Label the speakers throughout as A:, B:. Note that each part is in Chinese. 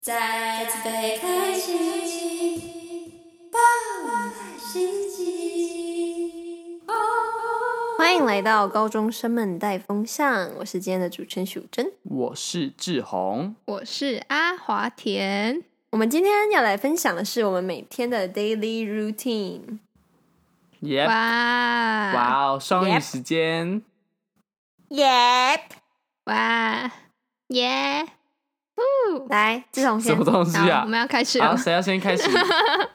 A: 再次被开启，爆满心机。
B: 欢迎来到高中生们带风向，我是今天的主持人许真。
C: 我是志宏，
D: 我是阿华田。
B: 我们今天要来分享的是我们每天的 daily routine。
C: 耶、
D: 哇
C: 哇哦，双语
B: Yep
C: 时间
B: Yep，
D: 哇耶！
C: 哦
D: 呜，
B: 来，志宏
C: 什
B: 先
C: 么，东西
D: 好，
C: 啊
D: 我？们要开始
C: 好，
D: 了。
C: 谁要 先开始？谁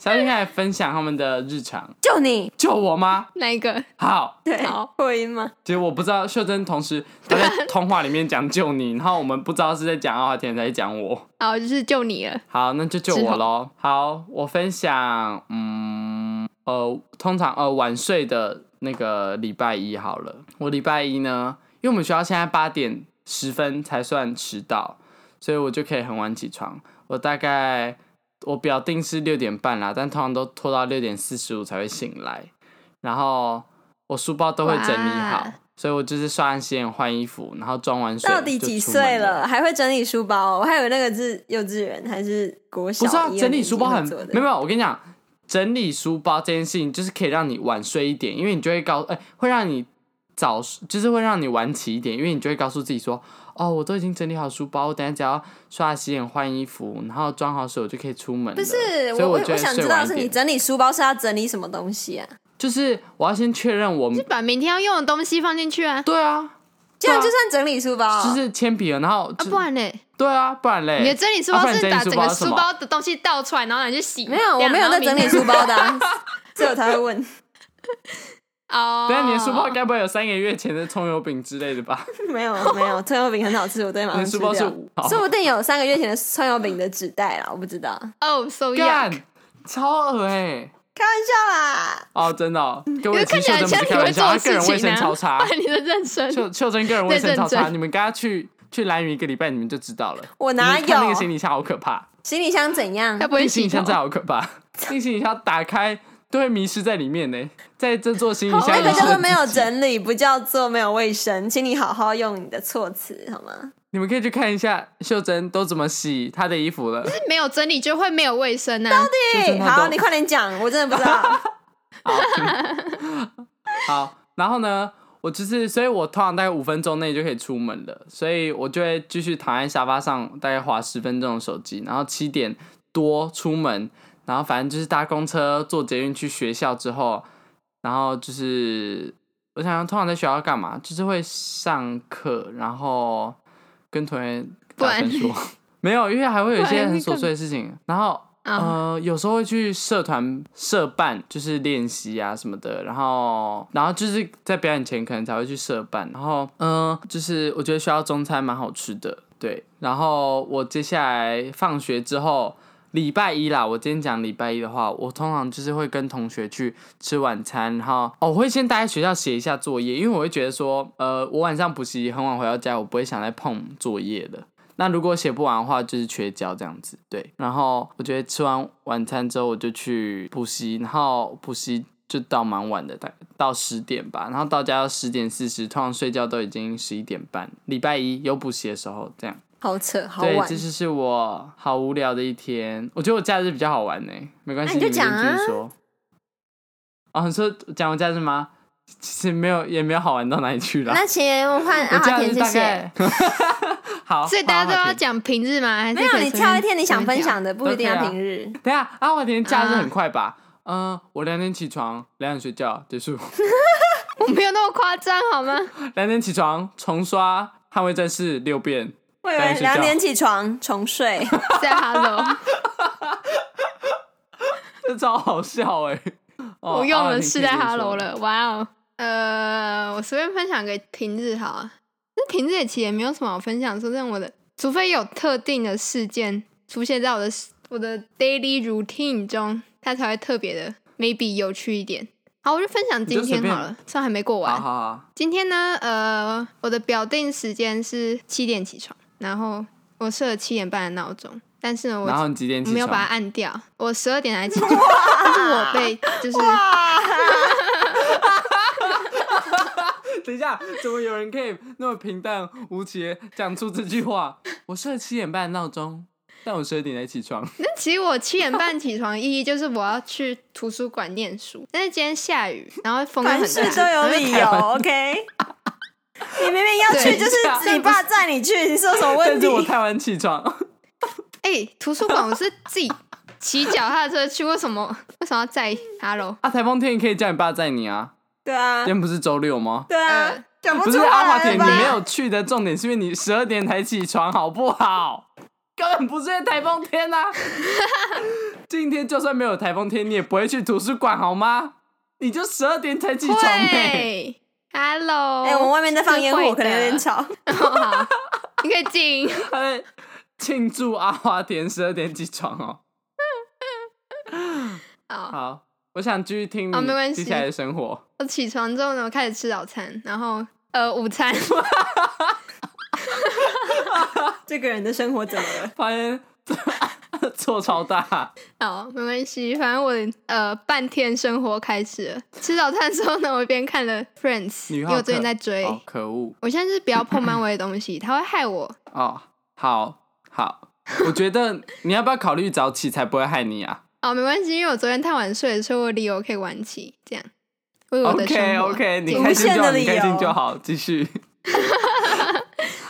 C: 要先开始分享他们的日常？
B: 就你
C: 就我吗？
D: 哪一个？
C: 好，
B: 对
D: 好
B: 破音吗？
C: 结果我不知道秀珍同时她在通话里面讲就你，然后我们不知道是在讲阿华田还是讲我。
D: 好，就是就你了。
C: 好，那就就
D: 志
C: 我
D: 宏
C: 喽。好，我分享，嗯，呃，通常呃晚睡的那个礼拜一好了。我礼拜一呢，因为我们学校现在八点十分才算迟到，所以我就可以很晚起床。我大概我表定是六点半啦，但通常都拖到六点四十五才会醒来。然后我书包都会整理好
D: 哇，
C: 所以我就是刷完洗脸、换衣服，然后装完水
B: 到底
C: 就
B: 几
C: 出门
B: 岁
C: 了？
B: 了还会整理书包？我还以为那个是幼稚园还是国小一，
C: 不是啊，
B: 二
C: 整理
B: 年级
C: 书包
B: 会
C: 很
B: 做的
C: 没有没有，我跟你讲，整理书包这件事情就是可以让你晚睡一点，因为你就会告哎、会让你早就是会让你晚起一点，因为你就会告诉自己说，哦，我都已经整理好书包，我等一下只要刷洗脸、换衣服，然后装好水，我就可以出门了。
B: 不是
C: 所以
B: 我
C: 我
B: 我
C: 觉
B: 我
C: 得
B: 想
C: 睡
B: 知道
C: 晚
B: 是
C: 一
B: 你
C: 点，
B: 整理书包是要整理什么东西啊？
C: 就是我要先确认我
D: 就把明天要用的东西放进去啊。
C: 对啊，
B: 这样
C: 对
B: 就
C: 啊
B: 算整理书包哦，
C: 就是铅笔了，然后
D: 啊，
C: 就
D: 不然呢？
C: 对啊，不然嘞，
D: 你的整理书
C: 啊
D: 包
C: 不然
D: 是
C: 整理
D: 把
C: 书
D: 整
C: 包
D: 个
C: 是什
D: 书
C: 么
D: 包的东西倒出来，然后你去洗。
B: 没有，我没有在整理书包的、 啊，所以我才会问。
D: 哦。
C: 对啊，你的书包该不会有三个月前的葱油饼之类的吧？
B: 没有没有，葱油饼很好吃，我对马上
C: 你
B: 吃
C: 的书
B: 掉
C: 包是。好
B: 说不定有三个月前的葱油饼的纸袋啦，我不知道。
D: 哦，so yeah。
C: 干，超恶哎、
B: 开玩笑啦，
C: 哦，真的、哦，各
D: 因
C: 位
D: 为
C: 其
D: 看
C: 实
D: 起
C: 秀
D: 来
C: 珍不
D: 像你
C: 是开玩
D: 会做
C: 笑，她
D: 事
C: 个人卫
D: 情
C: 生
D: 啊，。
C: 超差
D: 你的认真。
C: 秀秀珍个人卫生
D: 对
C: 超差，
D: 认真
C: 你们跟她去去蓝屿一个礼拜，你们就知道了。
B: 我哪
C: 你们看那个
B: 有
C: 行李箱好 可怕，
B: 行李箱怎样
D: 该？不
C: 那
D: 会
C: 个
D: 洗
C: 行李
D: 头
C: 箱？真的好可怕，那个行李箱打开都会迷失在里面呢。在这座行李箱
B: 那
C: 里
B: 个
C: 面
B: 叫做没有整理，不叫做没有卫生，请你好好用你的措辞好吗？
C: 你们可以去看一下秀珍都怎么洗她的衣服了。
D: 没有整理就会没有卫生啊。
C: 就是
B: 对，
C: 他都
B: 好，你快点讲，我真的不知 道。
C: 好，然后呢，我就是，所以我通常大概五分钟内就可以出门了，所以我就会继续躺在沙发上，大概划十分钟的手机，然后七点多出门，然后反正就是搭公车、坐捷运去学校之后，然后就是我想想，通常在学校干嘛？就是会上课，然后跟同学
D: 不
C: 打
D: 然
C: 分数， 没有，因为还会有一
D: 不
C: 些
D: 然
C: 很
D: 你干
C: 琐
D: 嘛
C: 碎的事情，然后。
D: 啊，
C: 呃，有时候会去社团社办，就是练习啊什么的，然后然后就是在表演前可能才会去社办，然后嗯、呃就是我觉得学校中餐蛮好吃的，对，然后我接下来放学之后。礼拜一啦，我今天讲礼拜一的话，我通常就是会跟同学去吃晚餐，然后哦，我会先待在学校写一下作业，因为我会觉得说，呃，我晚上补习很晚回到家，我不会想再碰作业了。那如果写不完的话，就是缺交这样子。对，然后我觉得吃完晚餐之后，我就去补习，然后补习就到蛮晚的，大概到十点吧。然后到家十点四十，通常睡觉都已经十一点半。礼拜一有补习的时候，这样。
B: 好扯，好
C: 对，
B: 晚
C: 这。就是我好无聊的一天。我觉得我假日比较好玩呢、没关系，
B: 那你就
C: 们先
B: 讲啊
C: 继续说。
D: 啊
C: 哦，你说讲我假日吗？其实没有，也没有好玩到哪里去啦。
B: 那请换
D: 啊
C: 我
B: 阿华
C: 假
B: 田，
C: 日
B: 谢
C: 大
B: 谢。
C: 概 好，
D: 所以大家都
C: 好好
D: 要
C: 停
D: 讲平日吗？还是
B: 没有，
D: 可以
B: 你
D: 随
B: 挑一
D: 便
B: 天你想
D: 随便
B: 分
D: 讲
B: 享的，不一定
C: 啊
B: 要平日。
C: 等一下，啊阿华田假日
D: 啊
C: 很快吧？嗯、我两点起床，两点睡觉，结束。
D: 我没有那么夸张好吗？
C: 两点起床，重刷《捍卫战士》六遍。
B: 我以
C: 当
B: 为
C: 然睡觉
B: 啊两点起床重 睡，
D: 在 Hello，
C: 这超好笑哎、哦
D: 我用
C: 阿华
D: 了
C: 田
D: 是
C: 可以
D: 在
C: 继续说
D: Hello 了，哇哦！呃，我随便分享个平日好了，那平日其实也没有什么好分享，说真的，我的除非有特定的事件出现在我的我的 daily routine 中，它才会特别的 maybe 有趣一点。好，我就分享今
C: 你就随
D: 天
C: 便
D: 好了，虽然还没过完
C: 好。好好，
D: 今天呢，呃，我的表定时间是七点起床，然后我设了七点半的闹钟，但是呢，我
C: 然后你几点
D: 我
C: 起
D: 没有
C: 床？
D: 把 它按掉，我十二点才起床，但是我被就是
C: 等一下，怎么有人可以那么平淡无奇地讲出这句话？我设七点半闹钟，但我十二点才起床。
D: 那其实我七点半起床，意义就是我要去图书馆念书。但是今天下雨，然后风又很
B: 凡
D: 大，
B: 事都有
D: 然后
B: 理
D: 台
B: 由，OK？你明明要去，
D: 对
B: 就是你爸载你去，你是有什么问
C: 但
B: 题
C: 是？我太晚起床，
D: 哎、图书馆我是自己骑脚踏车去，为什么为什么要载 Hello？
C: 啊，台风天也可以叫你爸载你啊。
B: 对啊
C: 今，天不是周六吗？
B: 对啊
D: 呃，
B: 讲
C: 不
B: 出
C: 是
B: 话
C: 阿华
B: 来
C: 田，
B: 了
C: 你
B: 吧？
C: 没有去的重点是因为你十二点才起床，好不好？根本不是因为台风天啊！今天就算没有台风天，你也不会去图书馆好吗？你就十二点才起床呗、
D: 会 Hello，
B: 哎、我们外面在放烟
D: 是
B: 火，
D: 会
B: 可能有点
D: 的。 哦
B: 吵。
D: 好，你可以进。
C: 他在庆祝阿华田十二点起床哦。
D: 好，
C: 好，我想继续听
D: 好没
C: 你
D: 关
C: 接
D: 系
C: 下来的生活。
D: 我起床之后呢，我开始吃早餐，然后呃午餐，
B: 这个人的生活怎么了？
C: 发现 错超大，
D: 好，没关系，反正我呃半天生活开始了。吃早餐之后呢，我一边看了 Friends，
C: 女
D: 因
C: 浩
D: 为我最近
C: 克
D: 在追。
C: 好可恶
D: 我现在是不要碰漫威的东西，它会害我。
C: 哦！好好，我觉得你要不要考虑早起才不会害你啊？
D: 哦，没关系，因为我昨天太晚睡了，所以我理由可以晚起，这样为我的生
C: OK
D: 活
C: OK，你
D: 尽
B: 无
C: 开心
B: 限
C: 就
B: 的
C: 好，
B: 理
C: 你开心
B: 由
C: 就好，继续。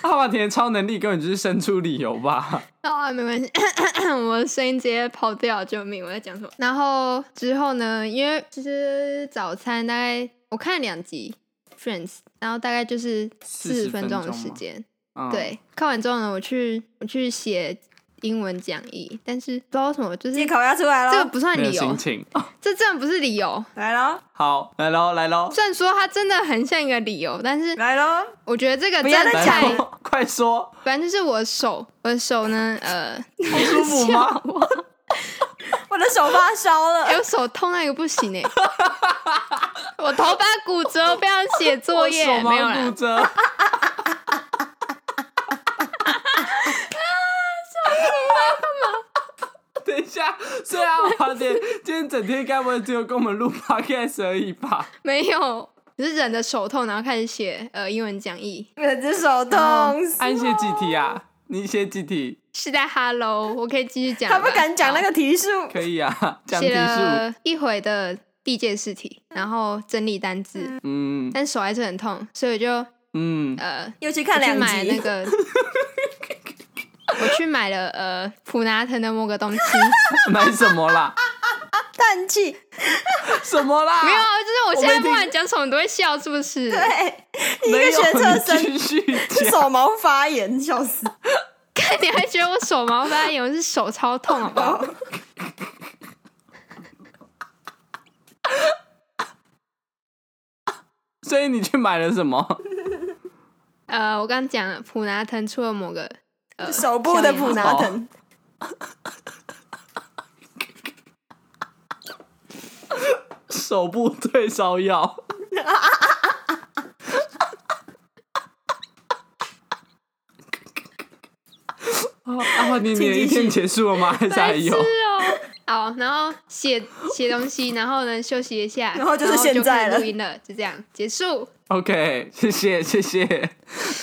C: 阿华田的超能力根本就是生出理由吧？
D: 啊、没关系， 我的声音直接跑掉，救命！我在讲什么？然后之后呢？因为其实早餐大概我看了两集《Friends》，然后大概就是四
C: 40
D: 十分钟的
C: 分钟
D: 时
C: 吗
D: 间。
C: 嗯，
D: 对，看完之后呢，我去我去写英文讲义，但是不知道为什么，就是
B: 借口要出来
D: 这个
B: 喽，
D: 不算
C: 没有
D: 理
C: 心
D: 由，
C: 情。
D: 这真的不是理由。
B: 来喽，
C: 好，来喽，来喽，
D: 虽然说它真的很像一个理由，但是
B: 来喽，
D: 我觉得这个
B: 不要
D: 站
B: 再
C: 来
B: 讲
D: 在
C: 喽， 快说，
D: 反正就是我手，我的手呢，呃，
C: 不舒服吗？
B: 我的手发烧了
D: 哎、。我手痛到一个不行哎、 我头发骨折，不要写作
C: 我
D: 业
C: 手，
D: 没有
C: 忙骨
D: 啦，
C: 折， 等一下，虽然阿华田今天整天该不会只有跟我们录 podcast 而已吧？
D: 没有，只是忍着手痛，然后开始写呃英文讲义，
B: 忍着手痛，
C: 按写几题啊？你写几题？
D: 是在 Hello，我可以继续讲了
B: 他
D: 吧，
B: 不敢讲那
D: 好
B: 个题数。
C: 可以啊， 讲题
D: 写
C: 数，
D: 了一回的地界试题，然后整理单字，
C: 嗯
D: 但手还是很痛，所以我就
C: 嗯，
D: 呃
B: 又去看
D: 去
B: 两
D: 买那
B: 集，
D: 个。我去买了呃普拿疼的某个东西，
C: 买什么啦？
B: 叹气。
C: 什么 啦？
D: 没有，啊，就是我现
C: 我
D: 在
C: 没
D: 不
C: 听
D: 管讲什么你都会笑，是不是？
B: 对，你一
C: 没
B: 个
C: 有，
B: 学测生，
C: 你继续 讲。
B: 手毛发炎，笑死。
D: 你还觉得我手毛发炎？我是手超痛，好不 好？
C: 所以你去买了什么？
D: 呃，我刚讲了，普拿疼出了某个呃
B: 手部的普拿疼，
C: 手部退烧药。啊啊！你你的一天结束了吗？还是还有
D: 是？哦。好，然后写写东西，然后呢休息一下，
B: 然后就是现
D: 可以
B: 在了
D: 录音了，就这样结束。
C: OK，谢谢谢谢，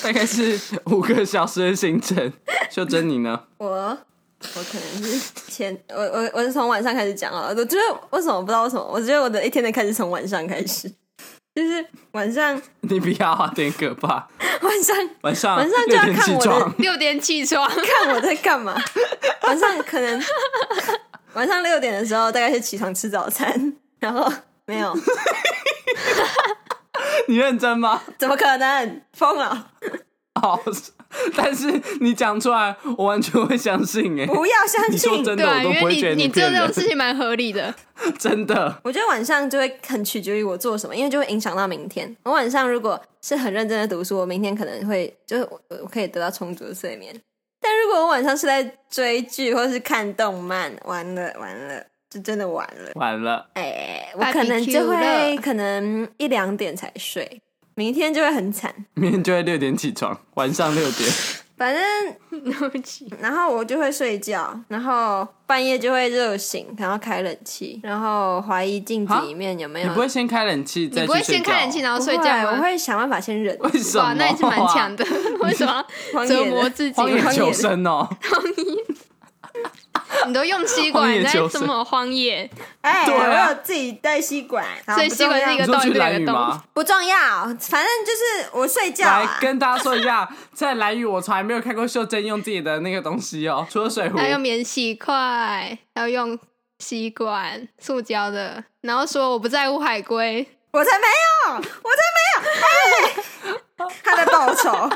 C: 大概是五个小时的行程。秀珍你呢？
B: 我我可能是前我我我是从晚上开始讲啊，我觉得为什么不知道为什么，我觉得我的一天的开始从晚上开始，就是晚上
C: 你啊比阿华田可怕。
B: 晚上
C: 晚上
B: 晚上就
C: 六
B: 要
C: 点
B: 看
C: 起
B: 我的
C: 床，
D: 六点起床，
B: 看我在干嘛， 晚上可能晚上六点的时候大概是起床吃早餐，然后没有，
C: 你认真吗？
B: 怎么可能疯了？
C: 好，但是你讲出来，我完全会相信哎、
B: 不要相
C: 你说
B: 信，
C: 真
D: 对
C: 的，
D: 啊，
C: 我
D: 因
C: 都不会觉
D: 为
C: 得
D: 你做
C: 骗
D: 这种
C: 人。
D: 事情蛮合理的。
C: 真的，
B: 我觉得晚上就会很取决于我做什么，因为就会影响到明天。我晚上如果是很认真的读书，我明天可能会就是我我可以得到充足的睡眠。但如果我晚上是在追剧或是看动漫，完了完了，就真的完了。
C: 完了，
B: 哎、我可能
D: Barbecue
B: 就会
D: 了
B: 可能一两点才睡，明天就会很惨。
C: 明天就会六点起床，晚上六点。
B: 反正，然后我就会睡觉，然后半夜就会热醒，然后开冷气，然后怀疑镜子
C: 啊
B: 里面有没
C: 你
B: 有。
C: 不会先开冷气再
D: 你不
C: 去睡觉？
D: 会先看冷气然后
B: 不
D: 睡觉
B: 会
D: 吗？
B: 我会想办法先忍。
C: 为什么、
D: 哇
C: 啊？，
D: 那 也是蛮强的。为什么要
B: 荒野
D: 折
B: 的
D: 磨自己？
C: 荒野
B: 荒野
C: 求
B: 的
C: 生哦、
D: 你都用吸管，
C: 荒野
D: 你在
C: 求
D: 这
C: 生
D: 么荒野，
B: 哎，
C: 对啊
B: 我有自己带吸管，好
D: 所以
B: 不
D: 吸管
B: 重
D: 是一
B: 要
D: 个
C: 你说
D: 洞
C: 去
D: 一个
C: 蓝屿
D: 洞。
C: 吗？
B: 不重要，反正就是我睡觉
C: 来
B: 啊。
C: 跟大家说一下，在蓝屿我从来没有看过秀珍用自己的那个东西哦，除了水 壶。
D: 还有免洗筷，还有用吸管，塑胶的。然后说我不在乎海龟，
B: 我才没有，我才没有，哎，他在报仇。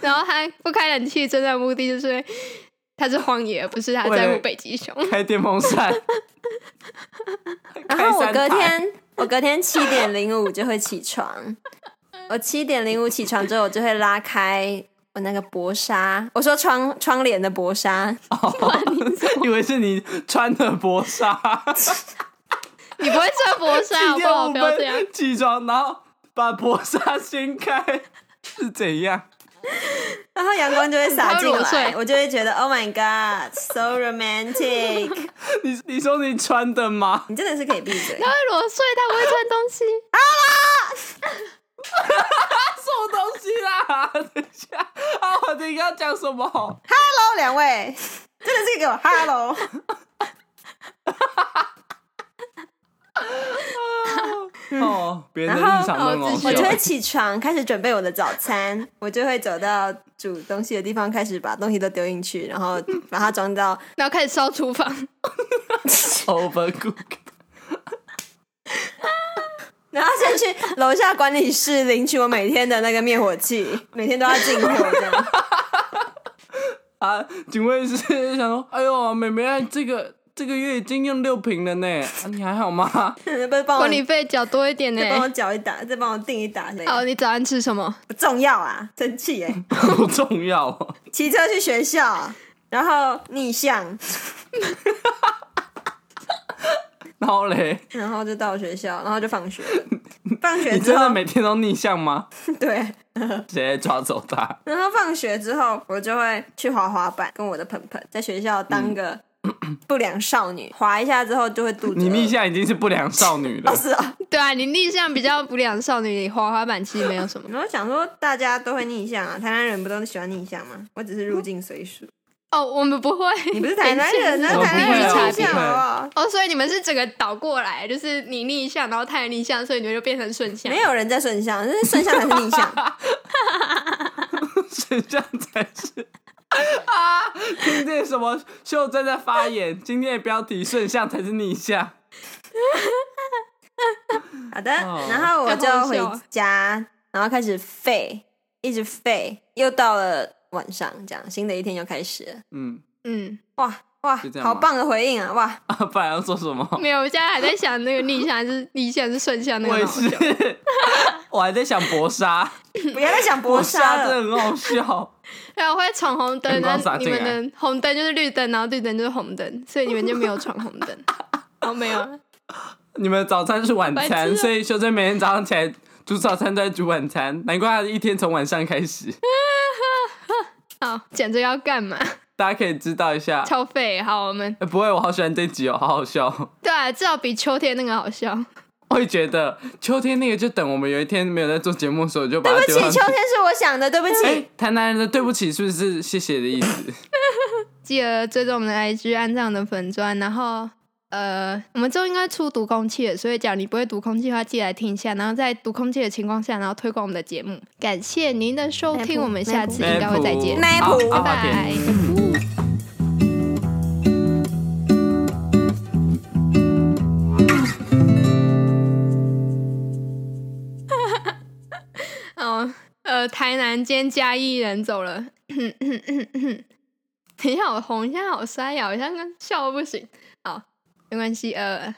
D: 然后他不开冷气，真正的目的就是他是荒野，不是他
C: 为
D: 在
C: 了
D: 乎北极熊。
C: 开电风扇，
B: 然后我
C: 开三
B: 隔
C: 台
B: 天，我隔天七点零五就会起床。我七点零五起床之后，我就会拉开我那个薄纱，我说窗窗帘的薄 纱，
C: 以为是你穿的薄纱，
D: 你不会穿薄纱，好
C: 七
D: 不好？
C: 点五
D: 不要这样。
C: 分起床，然后把薄纱掀开，是怎样？
B: 然后阳光就会洒进
D: 它会裸
B: 来，
D: 睡
B: 我就会觉得 Oh my God，so romantic。
C: 你你说你穿的吗？
B: 你真的是可以闭嘴
D: 他，会裸睡，他不会穿东西。
C: 什么东西啦？ 等一下啊，我等一下要讲什么？
B: Hello 哦两位， 真的是给我 Hello。
C: 哦，别人的
B: 然后
C: 日常都
D: 哦
C: 很
D: 继续
B: 我
C: 好
B: 就
C: 笑
B: 会。 起床开始准备我的早餐，我就会走到煮东西的地方，开始把东西都丢进去，然后把它装到
D: 然后开始烧厨房，
C: Overcook，
B: 然后先去楼下管理室领取我每天的那个灭火器， 每天都要进货这样。
C: 啊，警卫是想说， 哎呦，妹妹这个这个月已经用六瓶了呢，啊你还好吗？
B: 不是帮我
D: 管理费缴多一点呢
B: 再。帮我缴一打，再帮我订一打，这
D: 好，
B: 个
D: 你早上吃什么？
B: 不重要啊，生气耶！
C: 好重要 哦。
B: 骑车去学校，然后逆向，
C: 然后嘞，
B: 然后就到学校，然后就放学了。放学
C: 你
B: 之
C: 真
B: 后
C: 的，每天都逆向吗？
B: 对，
C: 谁在抓走他？
B: 然后放学之后，我就会去滑滑板，跟我的盆盆在学校当
C: 嗯
B: 个不良少女，滑一下之后就会肚子饿。
C: 你逆向已经是不良少女 了
B: 哦，是啊、
D: 对啊，你逆向比较不良少女，你滑滑板其实没有什么。
B: 然后想说大家都会逆向啊，台南人不都喜欢逆向吗？我只是入境随俗，
D: 哦，我们不会。
B: 你不是台南人啊，
C: 我不会
B: 台南人
C: 啊
B: 逆
C: 我不
B: 向好
C: 会
B: 不好？
D: 哦，所以你们是整个倒过来，就是你逆向，然后太阳逆向，所以你们就变成顺向。
B: 没有人在顺向，但是顺向才是逆 向。
C: 谁 这样才是 啊！听见什么秀珍在发言？今天的标题顺向才是逆向。
B: 好的，
C: 哦
B: 然后我就
D: 太好
B: 回
D: 笑了
B: 家，然后开始废，一直废，又到了晚上，这样新的一天又开始了。
C: 嗯，
D: 嗯，
B: 哇哇
C: 就这，样吗
B: 好棒的回应啊！哇，
C: 啊，不然要做什么？
D: 没有，我现在还在想那个逆向还是逆向还是顺向那
C: 我
D: 个
C: 也
D: 脑
C: 是
D: 秀。，
C: 我还在想 薄纱，
B: 不要再想
C: 薄
B: 搏杀
C: 纱
B: 了，
C: 真的很好笑。
D: 然后啊会闯红灯，
C: 阳光
D: 然
C: 洒
D: 后你
C: 进来
D: 们的红灯就是绿灯，然后绿灯就是红灯，所以你们就没有闯红灯。哦，没有了，
C: 你们的早餐是晚
D: 白痴
C: 餐，
D: 啊
C: 所以秀珍每天早上起来煮早餐都在煮晚餐，难怪她的一天从晚上开始。
D: 好，讲这个要干嘛？
C: 大家可以知道一下。
D: 超废。好，我们
C: 哎不会，我好喜欢这一集哦，好好笑 哦。
D: 对啊，至少比秋天那个好笑。
C: 我也觉得秋天那个就等我们有一天没有在做节目的时候，我就把
B: 对
C: 它
B: 不
C: 丢上
B: 起，
C: 去
B: 秋。天是我想的，对不
C: 哎、
B: 起。
C: 台南人的对不起是不是谢谢的意思？
D: 记得追踪我们的 IG，按赞我们的粉砖，然后呃，我们之后应该出读空气了，所以假如你不会读空气的话，记得来听一下，然后在读空气的情况下，然后推广我们的节目。感谢您的收听，我们下次应该会再 见，
B: 奈普
C: 好
D: 拜
C: 好好甜
D: 拜。哦，呃，台南今天嘉义人走了， 啊等一下我红一下，好沙哑，我现在跟笑得不行。好，没关系，呃，